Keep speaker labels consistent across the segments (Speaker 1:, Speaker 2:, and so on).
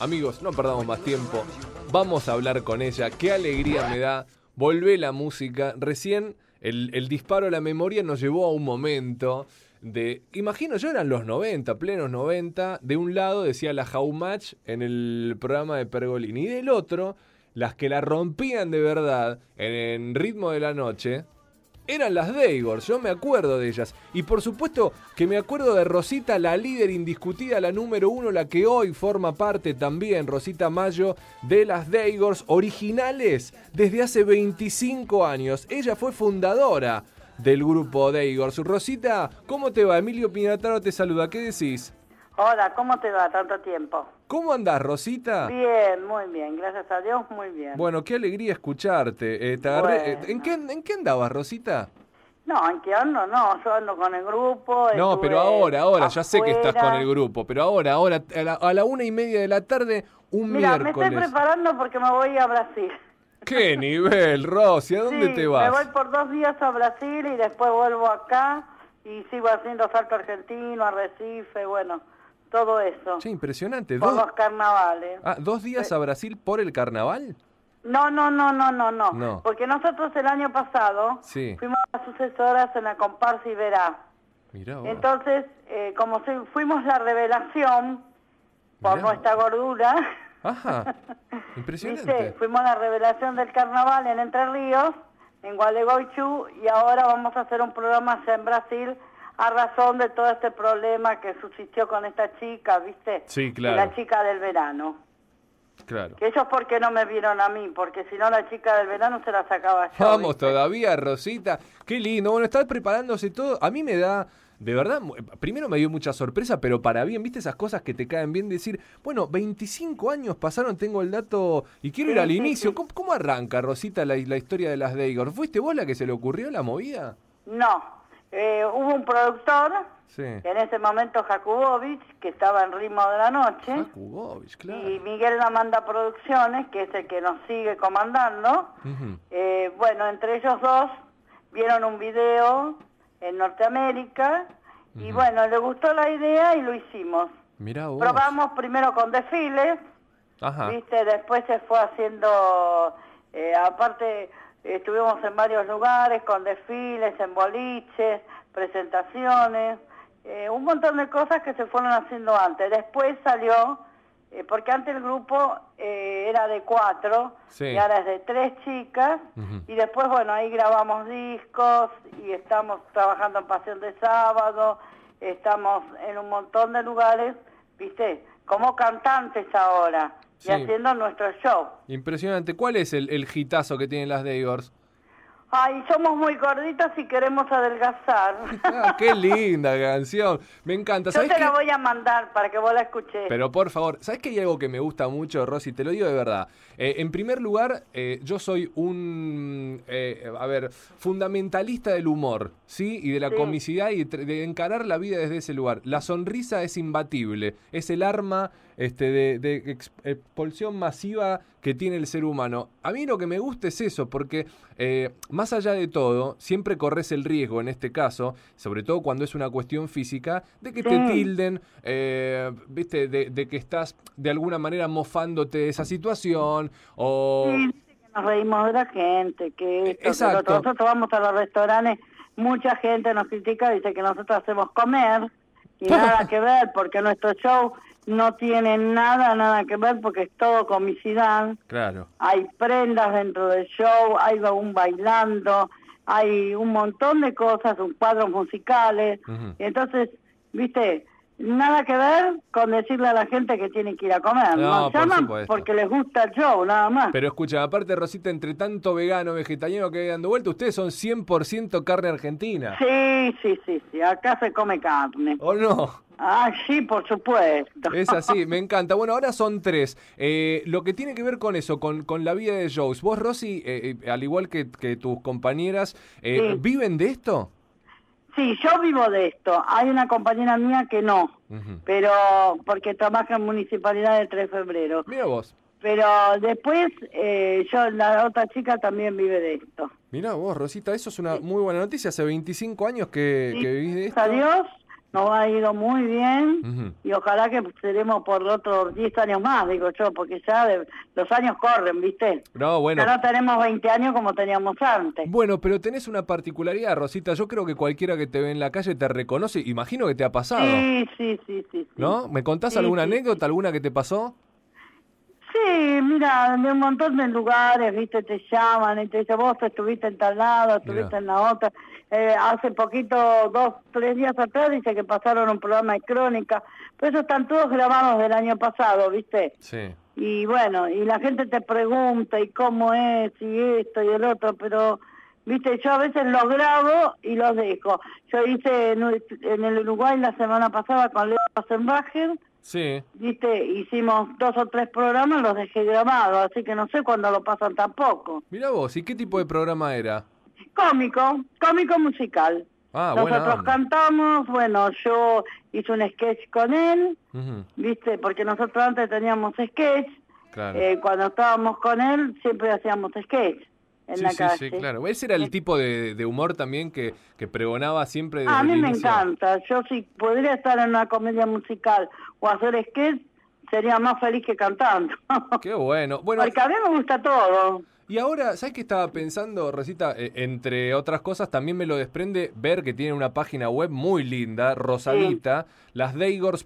Speaker 1: Amigos, no perdamos más tiempo. Vamos a hablar con ella. Qué alegría me da. Volvé la música. Recién el, el disparo a la memoria nos llevó a un momento de. Imagino yo eran los 90, plenos 90. De un lado decía la How Match en el programa de Pergolini. Y del otro, las que la rompían de verdad en, en ritmo de la noche. Eran las Daygor, yo me acuerdo de ellas. Y por supuesto que me acuerdo de Rosita, la líder indiscutida, la número uno, la que hoy forma parte también, Rosita Mayo, de las Daygors originales desde hace 25 años. Ella fue fundadora del grupo Daygors. Rosita, ¿cómo te va? Emilio Pinataro te saluda, ¿qué decís?
Speaker 2: Hola, ¿cómo te va tanto tiempo?
Speaker 1: ¿Cómo andás, Rosita?
Speaker 2: Bien, muy bien, gracias a Dios, muy bien.
Speaker 1: Bueno, qué alegría escucharte. Eh, te agarré- eh, ¿en, qué, ¿En qué andabas, Rosita?
Speaker 2: No, ¿en qué ando? No, yo ando con el grupo.
Speaker 1: No,
Speaker 2: estuve
Speaker 1: pero ahora, ahora, ya sé que estás
Speaker 2: eh, afuera.
Speaker 1: con el grupo, pero ahora, ahora, a la, a la una y media de la tarde, un
Speaker 2: Mira, me estoy
Speaker 1: miércoles.
Speaker 2: preparando porque me voy a Brasil.
Speaker 1: ¡Qué nivel, Rosy! ¿A dónde
Speaker 2: Sí,
Speaker 1: te
Speaker 2: Me voy
Speaker 1: vas?
Speaker 2: por dos días a Brasil y después vuelvo acá y sigo haciendo salto argentino, arrecife, bueno, todo eso.
Speaker 1: Che, impresionante.
Speaker 2: por
Speaker 1: Dos,
Speaker 2: los carnavales.
Speaker 1: ah, ¿Dos días a Brasil por el carnaval?
Speaker 2: No, no, no, no, no, no,
Speaker 1: No.
Speaker 2: Porque nosotros el año pasado
Speaker 1: Sí.
Speaker 2: fuimos las sucesoras en la comparsa Iberá.
Speaker 1: Mirá vos.
Speaker 2: Entonces, eh, como si- fuimos la revelación por
Speaker 1: Mirá.
Speaker 2: nuestra gordura,
Speaker 1: Ajá,
Speaker 2: ¿viste?
Speaker 1: impresionante.
Speaker 2: fuimos la revelación del carnaval en Entre Ríos, en Gualeguaychú, y ahora vamos a hacer un programa allá en Brasil a razón de todo este problema que subsistió con esta chica, ¿viste?
Speaker 1: Sí,
Speaker 2: Y
Speaker 1: claro.
Speaker 2: La chica del verano.
Speaker 1: Claro.
Speaker 2: Que ellos porque no me vieron a mí, porque si no la chica del verano se la sacaba yo. ¿eh?
Speaker 1: Vamos
Speaker 2: ¿viste?
Speaker 1: todavía, Rosita. Qué lindo. Bueno, estar preparándose todo. A mí me da, de verdad, mu- eh, primero me dio mucha sorpresa, pero para bien, ¿viste esas cosas que te caen bien? Decir, bueno, 25 años pasaron, tengo el dato y quiero ir
Speaker 2: Sí,
Speaker 1: al
Speaker 2: sí,
Speaker 1: inicio.
Speaker 2: sí.
Speaker 1: ¿Cómo, cómo arranca, Rosita, la, la historia de las Daygor? ¿Fuiste vos la que se le ocurrió la movida?
Speaker 2: No, Eh, hubo un productor,
Speaker 1: Sí.
Speaker 2: en ese momento Jakubovich, que estaba en ritmo de la noche,
Speaker 1: Jakubovich, claro.
Speaker 2: y Miguel Amanda Producciones, que es el que nos sigue comandando.
Speaker 1: Ujú.
Speaker 2: Eh, bueno, entre ellos dos vieron un video en Norteamérica y bueno, le gustó la idea y lo hicimos.
Speaker 1: Mirá vos.
Speaker 2: Probamos primero con desfiles,
Speaker 1: Ajá.
Speaker 2: ¿Viste? Después se fue haciendo, eh, aparte estuvimos en varios lugares con desfiles, en boliches, presentaciones, eh, un montón de cosas que se fueron haciendo antes. Después salió, eh, porque antes el grupo eh, era de cuatro
Speaker 1: Sí.
Speaker 2: y ahora es de tres chicas,
Speaker 1: Ujú.
Speaker 2: y después, bueno, ahí grabamos discos y estamos trabajando en Pasión de Sábado, estamos en un montón de lugares, viste, como cantantes ahora
Speaker 1: Sí.
Speaker 2: y haciendo nuestro show.
Speaker 1: Impresionante. ¿Cuál es el, el hitazo que tienen las Daygors?
Speaker 2: Ay, somos muy gorditas y queremos adelgazar.
Speaker 1: Ah, qué linda canción. Me encanta.
Speaker 2: Yo
Speaker 1: ¿Sabés
Speaker 2: te
Speaker 1: qué?
Speaker 2: la voy a mandar para que vos la escuches.
Speaker 1: Pero por favor, ¿sabes que hay algo que me gusta mucho, Rosy? Te lo digo de verdad. Eh, en primer lugar, eh, yo soy un, eh, a ver, fundamentalista del humor, ¿sí? Y de la
Speaker 2: Sí.
Speaker 1: comicidad y tr- de encarar la vida desde ese lugar. La sonrisa es imbatible, es el arma este, de, de ex- expulsión masiva que tiene el ser humano. A mí lo que me gusta es eso, porque eh, más allá de todo, siempre corres el riesgo en este caso, sobre todo cuando es una cuestión física, de que te
Speaker 2: Sí.
Speaker 1: tilden tilden, eh, viste, de, de que estás de alguna manera mofándote de esa situación o...
Speaker 2: Sí, dice que nos reímos de la gente, que esto, que lo
Speaker 1: Eh, Exacto.
Speaker 2: otro. nosotros vamos a los restaurantes, mucha gente nos critica, dice que nosotros hacemos comer y nada que ver, porque nuestro show no tiene nada, nada que ver, porque es todo comicidad.
Speaker 1: Claro.
Speaker 2: Hay prendas dentro del show, hay un bailando, hay un montón de cosas, un cuadros musicales.
Speaker 1: Ujú.
Speaker 2: Entonces, viste, nada que ver con decirle a la gente que tiene que ir a comer.
Speaker 1: No,
Speaker 2: Nos
Speaker 1: por
Speaker 2: llaman
Speaker 1: supuesto.
Speaker 2: porque les gusta el show, nada más.
Speaker 1: Pero escucha, aparte Rosita, entre tanto vegano, vegetariano que hay dando vuelta, ustedes son 100% carne argentina.
Speaker 2: Sí, sí, sí, sí, acá se come carne.
Speaker 1: ¿O no?
Speaker 2: Ah, sí, por supuesto.
Speaker 1: Es así, me encanta. Bueno, ahora son tres. Eh, lo que tiene que ver con eso, con, con la vida de shows. Vos, Rosy, eh, eh, al igual que, que tus compañeras, eh,
Speaker 2: Sí.
Speaker 1: ¿viven de esto?
Speaker 2: Sí, yo vivo de esto. Hay una compañera mía que no,
Speaker 1: Ujú.
Speaker 2: pero porque trabaja en Municipalidad de 3 de Febrero.
Speaker 1: Mira vos.
Speaker 2: Pero después, eh, yo, la otra chica también vive de esto.
Speaker 1: Mira vos, Rosita, eso es una muy buena noticia. Hace 25 años que, que vivís de esto.
Speaker 2: Gracias a Dios, nos ha ido muy bien
Speaker 1: Ujú.
Speaker 2: y ojalá que seremos por otros 10 años más, digo yo, porque ya de- los años corren, ¿viste?
Speaker 1: No, bueno.
Speaker 2: Ya no tenemos 20 años como teníamos antes.
Speaker 1: Bueno, pero tenés una particularidad, Rosita. Yo creo que cualquiera que te ve en la calle te reconoce. Imagino que te ha pasado,
Speaker 2: Sí, sí, sí, sí. sí.
Speaker 1: ¿no? ¿Me contás
Speaker 2: Sí,
Speaker 1: alguna
Speaker 2: sí,
Speaker 1: anécdota, alguna que te pasó?
Speaker 2: Sí, mira, de un montón de lugares, viste, te llaman y te dicen, vos estuviste en tal lado, estuviste
Speaker 1: Mirá.
Speaker 2: en la otra. Eh, hace poquito, dos, tres días atrás, dice que pasaron un programa de crónica, pero esos están todos grabados del año pasado, viste.
Speaker 1: Sí.
Speaker 2: Y bueno, y la gente te pregunta, y cómo es, y esto y el otro, pero, viste, yo a veces los grabo y los dejo. Yo hice en, Ur- en el Uruguay la semana pasada con Leo Rosenbacher,
Speaker 1: Sí.
Speaker 2: viste, hicimos dos o tres programas, los dejé grabados, así que no sé cuándo lo pasan tampoco.
Speaker 1: Mira vos, ¿y qué tipo de programa era?
Speaker 2: Cómico, cómico musical.
Speaker 1: Ah, buena
Speaker 2: Nosotros
Speaker 1: onda.
Speaker 2: cantamos, bueno, yo hice un sketch con él,
Speaker 1: Ujú,
Speaker 2: viste, porque nosotros antes teníamos sketch,
Speaker 1: Claro.
Speaker 2: eh, cuando estábamos con él siempre hacíamos sketch en
Speaker 1: sí,
Speaker 2: la
Speaker 1: sí,
Speaker 2: calle. Eh.
Speaker 1: sí, claro. Ese era el tipo de, de humor también que, que pregonaba siempre desde
Speaker 2: A mí
Speaker 1: el
Speaker 2: me
Speaker 1: inicio.
Speaker 2: encanta, yo si podría estar en una comedia musical o hacer sketch, sería más feliz que cantando.
Speaker 1: Qué bueno. Bueno,
Speaker 2: Porque a mí me gusta todo.
Speaker 1: Y ahora, ¿sabes qué estaba pensando, Recita? Eh, entre otras cosas, también me lo desprende ver que tiene una página web muy linda, rosadita,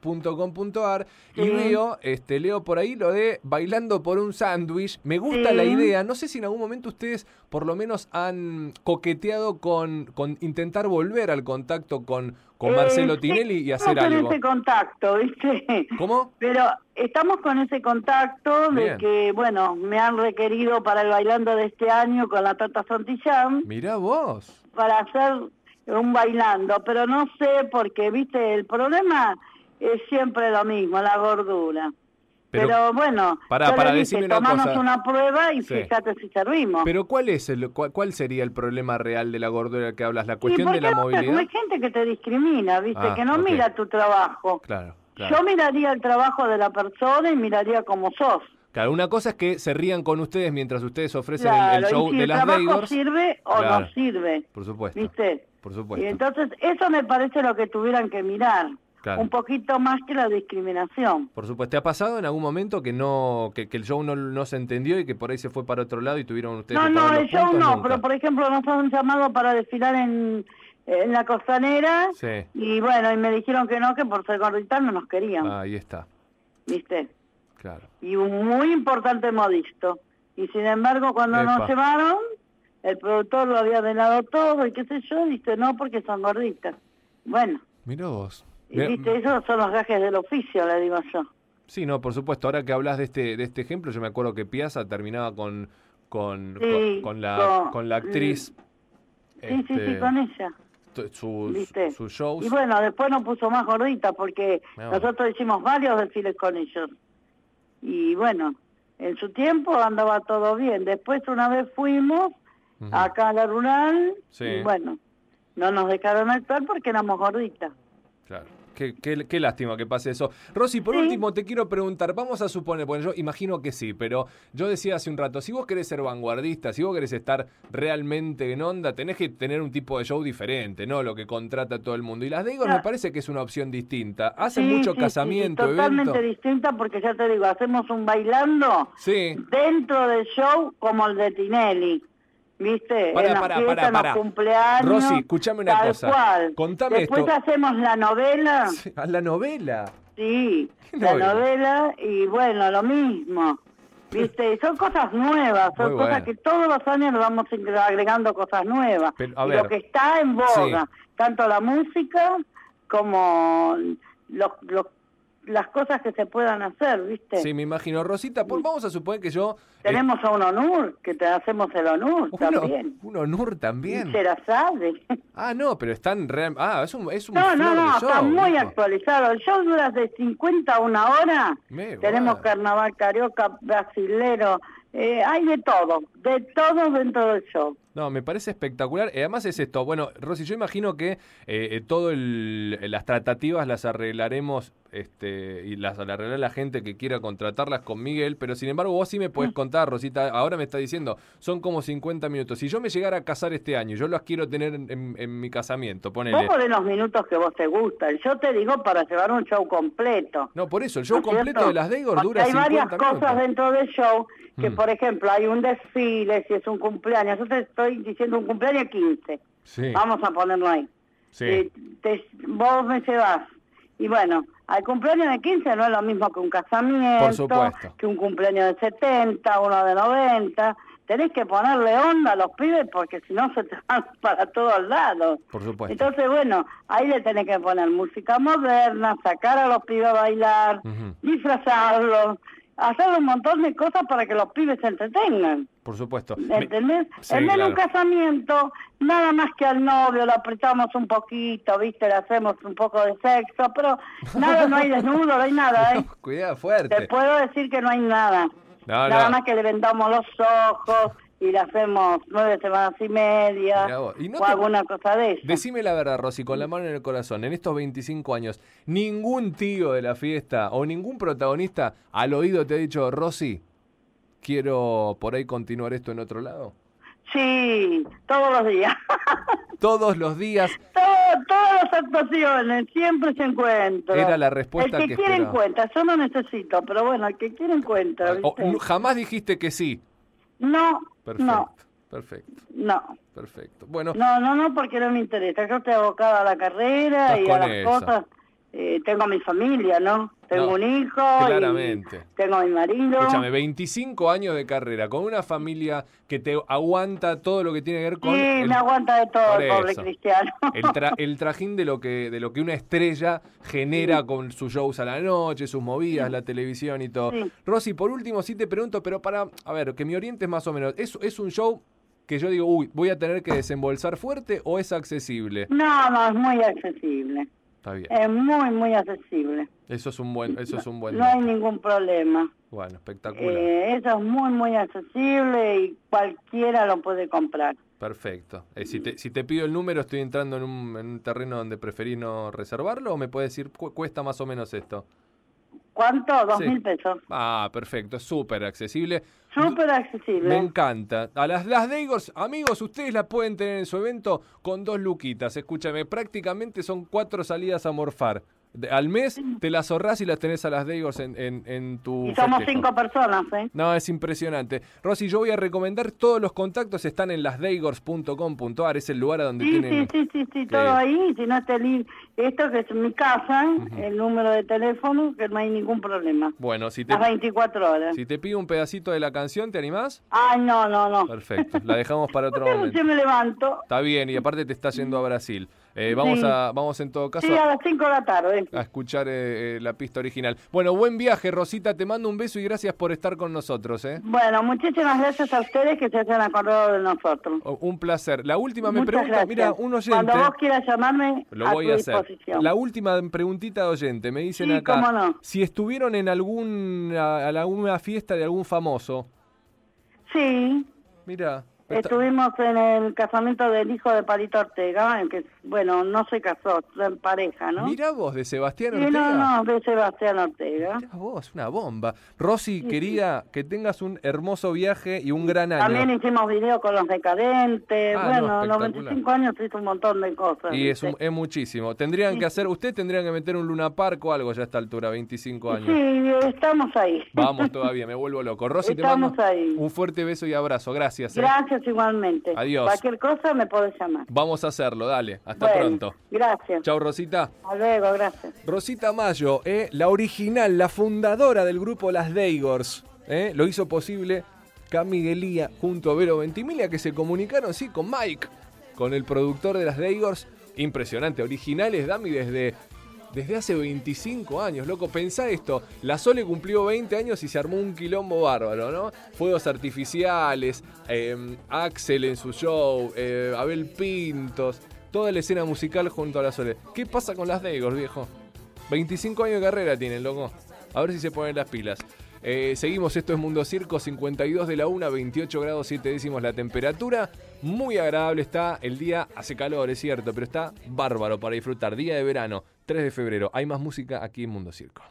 Speaker 1: lasdeigors.com.ar, y
Speaker 2: Sí.
Speaker 1: veo, este, leo por ahí lo de bailando por un sándwich. Me gusta
Speaker 2: Sí.
Speaker 1: la idea. No sé si en algún momento ustedes por lo menos han coqueteado con, con intentar volver al contacto con, con
Speaker 2: Eh,
Speaker 1: Marcelo
Speaker 2: sí,
Speaker 1: Tinelli y hacer
Speaker 2: estamos
Speaker 1: algo.
Speaker 2: con ese contacto, ¿viste?
Speaker 1: ¿Cómo?
Speaker 2: Pero estamos con ese contacto de
Speaker 1: Bien.
Speaker 2: que, bueno, me han requerido para el bailando de este año con la Tata Santillán
Speaker 1: Mirá vos.
Speaker 2: para hacer un bailando, pero no sé porque, ¿viste? El problema es siempre lo mismo, la gordura.
Speaker 1: Pero-
Speaker 2: Pero, bueno,
Speaker 1: Pará,
Speaker 2: yo le
Speaker 1: pará,
Speaker 2: dije,
Speaker 1: decime una
Speaker 2: tomanos
Speaker 1: cosa".
Speaker 2: una prueba y
Speaker 1: Sí.
Speaker 2: fíjate si servimos.
Speaker 1: Pero ¿cuál es el cuál, cuál sería el problema real de la gordura que hablas? La
Speaker 2: ¿Y por
Speaker 1: cuestión de
Speaker 2: qué
Speaker 1: la
Speaker 2: no?
Speaker 1: movilidad.
Speaker 2: Hay gente que te discrimina, ¿viste?
Speaker 1: Ah,
Speaker 2: que no
Speaker 1: ok.
Speaker 2: mira tu trabajo.
Speaker 1: Claro,
Speaker 2: Yo
Speaker 1: claro.
Speaker 2: miraría el trabajo de la persona y miraría como sos.
Speaker 1: Claro, una cosa es que se rían con ustedes mientras ustedes ofrecen el- el,
Speaker 2: Claro,
Speaker 1: show
Speaker 2: y si
Speaker 1: de
Speaker 2: el
Speaker 1: las
Speaker 2: trabajo
Speaker 1: Vegas.
Speaker 2: sirve o
Speaker 1: Claro.
Speaker 2: no sirve,
Speaker 1: Por supuesto.
Speaker 2: ¿viste?
Speaker 1: Por
Speaker 2: Y
Speaker 1: supuesto.
Speaker 2: entonces eso me parece lo que tuvieran que mirar,
Speaker 1: Claro.
Speaker 2: un poquito más que la discriminación.
Speaker 1: Por supuesto. ¿Te ha pasado en algún momento que no que, que el show no, no se entendió y que por ahí se fue para otro lado y tuvieron ustedes
Speaker 2: No,
Speaker 1: que
Speaker 2: no,
Speaker 1: pagar los
Speaker 2: el show
Speaker 1: puntos?
Speaker 2: no,
Speaker 1: Nunca.
Speaker 2: pero por ejemplo nos han llamado para desfilar en, en la costanera
Speaker 1: Sí.
Speaker 2: y bueno, y me dijeron que no, que por ser gordita no nos querían,
Speaker 1: Ah, ahí está.
Speaker 2: ¿viste?
Speaker 1: Claro.
Speaker 2: y un muy importante modisto. Y sin embargo, cuando
Speaker 1: Epa.
Speaker 2: nos llevaron, el productor lo había velado todo y qué sé yo, dice, no, porque son gorditas. Bueno,
Speaker 1: Mirá vos.
Speaker 2: y
Speaker 1: Mirá-
Speaker 2: viste, esos son los gajes del oficio, le digo yo.
Speaker 1: Sí, no, por supuesto. Ahora que hablas de este, de este ejemplo, yo me acuerdo que Piazza terminaba con, con,
Speaker 2: Sí,
Speaker 1: con, con la,
Speaker 2: con-
Speaker 1: con la actriz.
Speaker 2: Sí, sí, sí,
Speaker 1: este,
Speaker 2: con ella,
Speaker 1: tu- sus,
Speaker 2: viste.
Speaker 1: sus shows.
Speaker 2: Y bueno, después nos puso más gorditas porque
Speaker 1: Ah.
Speaker 2: nosotros hicimos varios desfiles con ellos. Y bueno, en su tiempo andaba todo bien. Después una vez fuimos
Speaker 1: Ujú.
Speaker 2: acá a la rural
Speaker 1: Sí.
Speaker 2: y bueno, no nos dejaron actuar porque éramos gorditas.
Speaker 1: Claro. Qué, qué- qué lástima que pase eso. Rosy, por
Speaker 2: Sí.
Speaker 1: último te quiero preguntar, vamos a suponer, bueno, yo imagino que sí, pero yo decía hace un rato, si vos querés ser vanguardista, si vos querés estar realmente en onda, tenés que tener un tipo de show diferente, ¿no? Lo que contrata todo el mundo. Y las Dagos
Speaker 2: Claro.
Speaker 1: me parece que es una opción distinta. Hacen
Speaker 2: Sí,
Speaker 1: mucho
Speaker 2: sí, sí,
Speaker 1: casamiento,
Speaker 2: totalmente
Speaker 1: evento.
Speaker 2: distinta porque ya te digo, hacemos un bailando
Speaker 1: Sí.
Speaker 2: dentro del show como el de Tinelli. ¿Viste?
Speaker 1: Pará,
Speaker 2: en las
Speaker 1: pará,
Speaker 2: fiestas,
Speaker 1: pará,
Speaker 2: en los
Speaker 1: pará.
Speaker 2: cumpleaños.
Speaker 1: Rosy, escuchame una
Speaker 2: tal
Speaker 1: cosa.
Speaker 2: Cual.
Speaker 1: Contame
Speaker 2: Después
Speaker 1: esto.
Speaker 2: hacemos la novela. Sí,
Speaker 1: A la novela. ¿Qué
Speaker 2: la
Speaker 1: novela?
Speaker 2: novela y bueno, lo mismo. ¿Viste? Y son cosas nuevas, son
Speaker 1: Muy
Speaker 2: cosas
Speaker 1: bueno.
Speaker 2: que todos los años le vamos ingre- agregando cosas nuevas.
Speaker 1: Pero, a
Speaker 2: Y
Speaker 1: ver.
Speaker 2: lo que está en boga, tanto la música como los, los- las cosas que se puedan hacer, ¿viste?
Speaker 1: Sí, eh. me imagino. Rosita, por, vamos a suponer que yo... eh,
Speaker 2: Tenemos a un honor, que te hacemos el honor
Speaker 1: un-
Speaker 2: también.
Speaker 1: un honor también.
Speaker 2: Será sabe.
Speaker 1: Ah, no, pero están real... Ah, es un, es un
Speaker 2: No, no,
Speaker 1: flor de
Speaker 2: no,
Speaker 1: show,
Speaker 2: está muy
Speaker 1: oh, viejo.
Speaker 2: actualizado. El show dura de 50 a una hora.
Speaker 1: Me
Speaker 2: Tenemos
Speaker 1: guarda.
Speaker 2: carnaval carioca, brasilero, eh, hay de todo, de todo dentro del show.
Speaker 1: No, me parece espectacular. Y además es esto. Bueno, Rosy, yo imagino que eh, eh, todo el- las tratativas las arreglaremos eh, este, y las alargará la gente que quiera contratarlas con Miguel, pero sin embargo vos sí me
Speaker 2: Mm.
Speaker 1: podés contar, Rosita, ahora me está diciendo, son como 50 minutos. Si yo me llegara a casar este año, yo las quiero tener en, en- en mi casamiento,
Speaker 2: Vos
Speaker 1: ponele.
Speaker 2: ponés los minutos que vos te gustan. Yo te digo para llevar un show completo.
Speaker 1: No, por eso, el show
Speaker 2: ¿no es
Speaker 1: completo
Speaker 2: cierto?
Speaker 1: de las Degor
Speaker 2: Porque
Speaker 1: dura
Speaker 2: hay
Speaker 1: 50
Speaker 2: varias
Speaker 1: minutos.
Speaker 2: cosas dentro del show, que
Speaker 1: Mm.
Speaker 2: por ejemplo hay un desfile, si es un cumpleaños, yo te estoy diciendo un cumpleaños 15,
Speaker 1: Sí,
Speaker 2: vamos a ponerlo ahí.
Speaker 1: sí.
Speaker 2: Eh, te- vos me llevas, y bueno, al cumpleaños de 15 no es lo mismo que un
Speaker 1: Por
Speaker 2: casamiento,
Speaker 1: supuesto.
Speaker 2: que un cumpleaños de 70, uno de 90, tenés que ponerle onda a los pibes porque si no se te van para todos lados.
Speaker 1: Por supuesto.
Speaker 2: Entonces, bueno, ahí le tenés que poner música moderna, sacar a los pibes a bailar,
Speaker 1: Ujú.
Speaker 2: disfrazarlos, hacer un montón de cosas para que los pibes se entretengan.
Speaker 1: Por supuesto. Me-
Speaker 2: ¿Entendés?
Speaker 1: Sí,
Speaker 2: en vez de un
Speaker 1: claro.
Speaker 2: casamiento, nada más que al novio lo apretamos un poquito, ¿viste? Le hacemos un poco de sexo, pero nada, no hay desnudo, no hay nada, ¿eh?
Speaker 1: Cuidado, fuerte.
Speaker 2: Te puedo decir que no hay nada.
Speaker 1: No,
Speaker 2: nada
Speaker 1: no.
Speaker 2: más que le vendamos los ojos y le hacemos nueve semanas y
Speaker 1: Mirá
Speaker 2: media
Speaker 1: vos. Y no
Speaker 2: o
Speaker 1: te-
Speaker 2: alguna cosa de eso.
Speaker 1: Decime la verdad, Rosy, con la mano en el corazón, en estos 25 años, ningún tío de la fiesta o ningún protagonista al oído te ha dicho, Rosy, quiero por ahí continuar esto en otro lado.
Speaker 2: Sí, todos los días.
Speaker 1: Todos los días
Speaker 2: Todo- todas las actuaciones, siempre se encuentra.
Speaker 1: Era la respuesta
Speaker 2: El
Speaker 1: que
Speaker 2: que, quiere
Speaker 1: esperaba.
Speaker 2: encuentra, yo no necesito, pero bueno, el que quiere encuentra.
Speaker 1: O-
Speaker 2: ¿viste?
Speaker 1: nu- jamás dijiste que sí.
Speaker 2: No,
Speaker 1: Perfecto,
Speaker 2: no,
Speaker 1: perfecto,
Speaker 2: no,
Speaker 1: perfecto. Bueno,
Speaker 2: no, no, no, porque no me interesa. Yo estoy abocada a la carrera
Speaker 1: Estás
Speaker 2: y a
Speaker 1: con
Speaker 2: las
Speaker 1: eso.
Speaker 2: cosas. Eh, tengo mi familia, ¿no? Tengo
Speaker 1: No,
Speaker 2: un hijo. y
Speaker 1: claramente.
Speaker 2: tengo mi marido.
Speaker 1: escúchame, 25 años de carrera, con una familia que te aguanta todo lo que tiene que ver
Speaker 2: Sí,
Speaker 1: con el-
Speaker 2: me aguanta de todo,
Speaker 1: por
Speaker 2: el pobre
Speaker 1: eso. Eh,
Speaker 2: cristiano.
Speaker 1: El, tra- el trajín de lo que de lo que una estrella genera con sus shows a la noche, sus movidas, la televisión y todo.
Speaker 2: Sí.
Speaker 1: Rosy, por último, sí te pregunto, pero para, a ver, que me orientes más o menos. ¿Es, es un show que yo digo, uy, voy a tener que desembolsar fuerte o es accesible?
Speaker 2: No, no, es muy accesible.
Speaker 1: Está bien.
Speaker 2: Es muy, muy accesible.
Speaker 1: Eso es un buen, eso es un buen.
Speaker 2: No hay
Speaker 1: dato.
Speaker 2: ningún problema.
Speaker 1: Bueno, espectacular.
Speaker 2: Eh, eso es muy, muy accesible y cualquiera lo puede comprar.
Speaker 1: Perfecto. Eh, si, te, si te pido el número, estoy entrando en un, en un terreno donde preferís no reservarlo o me puedes decir cu- cuesta más o menos esto.
Speaker 2: ¿Cuánto? Dos
Speaker 1: Sí.
Speaker 2: mil pesos.
Speaker 1: Ah, perfecto, es súper accesible.
Speaker 2: Súper
Speaker 1: Me
Speaker 2: accesible.
Speaker 1: encanta. A las, las Dagors, amigos, ustedes las pueden tener en su evento con dos luquitas. Escúchame, prácticamente son cuatro salidas a morfar. De- al mes te las ahorrás y las tenés a las Dagors en, en, en tu.
Speaker 2: Y somos
Speaker 1: festejo.
Speaker 2: cinco personas, ¿eh?
Speaker 1: No, es impresionante. Rosy, yo voy a recomendar todos los contactos, están en lasdaigors.com.ar, es el lugar a donde
Speaker 2: Sí, sí,
Speaker 1: tienen.
Speaker 2: sí, sí, sí, todo ahí. Si no está libre. Esto que es mi casa, el número de teléfono, que no hay ningún problema.
Speaker 1: Bueno, si te,
Speaker 2: Las 24 horas.
Speaker 1: si te pido un pedacito de la canción, ¿te animás?
Speaker 2: Ay, no, no, no.
Speaker 1: Perfecto, la dejamos para otro
Speaker 2: Yo
Speaker 1: momento.
Speaker 2: me levanto.
Speaker 1: Está bien, y aparte te está yendo a Brasil. Eh, vamos,
Speaker 2: Sí.
Speaker 1: a, vamos en todo caso
Speaker 2: Sí, a las 5 de la tarde.
Speaker 1: a escuchar eh, eh, la pista original. Bueno, buen viaje, Rosita. Te mando un beso y gracias por estar con nosotros. ¿eh?
Speaker 2: Bueno, muchísimas gracias a ustedes que se hayan acordado de nosotros.
Speaker 1: O- Un placer. La última me
Speaker 2: Muchas
Speaker 1: pregunta,
Speaker 2: gracias.
Speaker 1: mira, un oyente.
Speaker 2: Cuando vos quieras llamarme,
Speaker 1: Lo
Speaker 2: a
Speaker 1: voy
Speaker 2: tu
Speaker 1: a hacer.
Speaker 2: disposición.
Speaker 1: La última preguntita de oyente. Me dicen
Speaker 2: Sí,
Speaker 1: acá
Speaker 2: cómo no.
Speaker 1: si estuvieron en algún a- alguna fiesta de algún famoso.
Speaker 2: Sí,
Speaker 1: Mira,
Speaker 2: estuvimos en el casamiento del hijo de Palito Ortega, en que, bueno, no se casó, está en pareja, ¿no?
Speaker 1: mira vos de Sebastián
Speaker 2: Sí,
Speaker 1: Ortega.
Speaker 2: no, no, de Sebastián Ortega.
Speaker 1: Mirá vos, una bomba. Rosy, querida, que tengas un hermoso viaje y un gran año.
Speaker 2: También hicimos video con los decadentes,
Speaker 1: Ah, no,
Speaker 2: bueno, los
Speaker 1: espectacular.
Speaker 2: 25 años hizo un montón de cosas.
Speaker 1: Y es,
Speaker 2: ¿viste?
Speaker 1: un- es muchísimo. Tendrían que hacer, usted tendrían que meter un Luna Park o algo ya a esta altura, 25 años.
Speaker 2: Sí, estamos ahí.
Speaker 1: Vamos todavía, me vuelvo loco. Rosy,
Speaker 2: Estamos
Speaker 1: te mando
Speaker 2: ahí.
Speaker 1: un fuerte beso y abrazo. Gracias. eh.
Speaker 2: Gracias igualmente.
Speaker 1: Adiós.
Speaker 2: Cualquier cosa me podés llamar.
Speaker 1: Vamos a hacerlo, dale. Hasta
Speaker 2: Bueno,
Speaker 1: pronto.
Speaker 2: Gracias.
Speaker 1: Chau, Rosita.
Speaker 2: Hasta luego, gracias.
Speaker 1: Rosita Mayo, eh, la original, la fundadora del grupo Las Daigors, eh, lo hizo posible Camiguelía junto a Vero Ventimiglia, que se comunicaron, sí, con Mike, con el productor de Las Daigors. Impresionante, originales, Dami, desde, desde hace 25 años, loco. Pensá esto, la Sole cumplió 20 años y se armó un quilombo bárbaro, ¿no? Fuegos artificiales, eh, Axel en su show, eh, Abel Pintos, toda la escena musical junto a la Sole. ¿Qué pasa con Las Daigors, viejo? 25 años de carrera tienen, loco. A ver si se ponen las pilas. Eh, seguimos, esto es Mundo Circo, 52 de la 1, 28 grados 7 décimos la temperatura. Muy agradable está el día, hace calor, es cierto, pero está bárbaro para disfrutar. Día de verano, 3 de febrero. Hay más música aquí en Mundo Circo.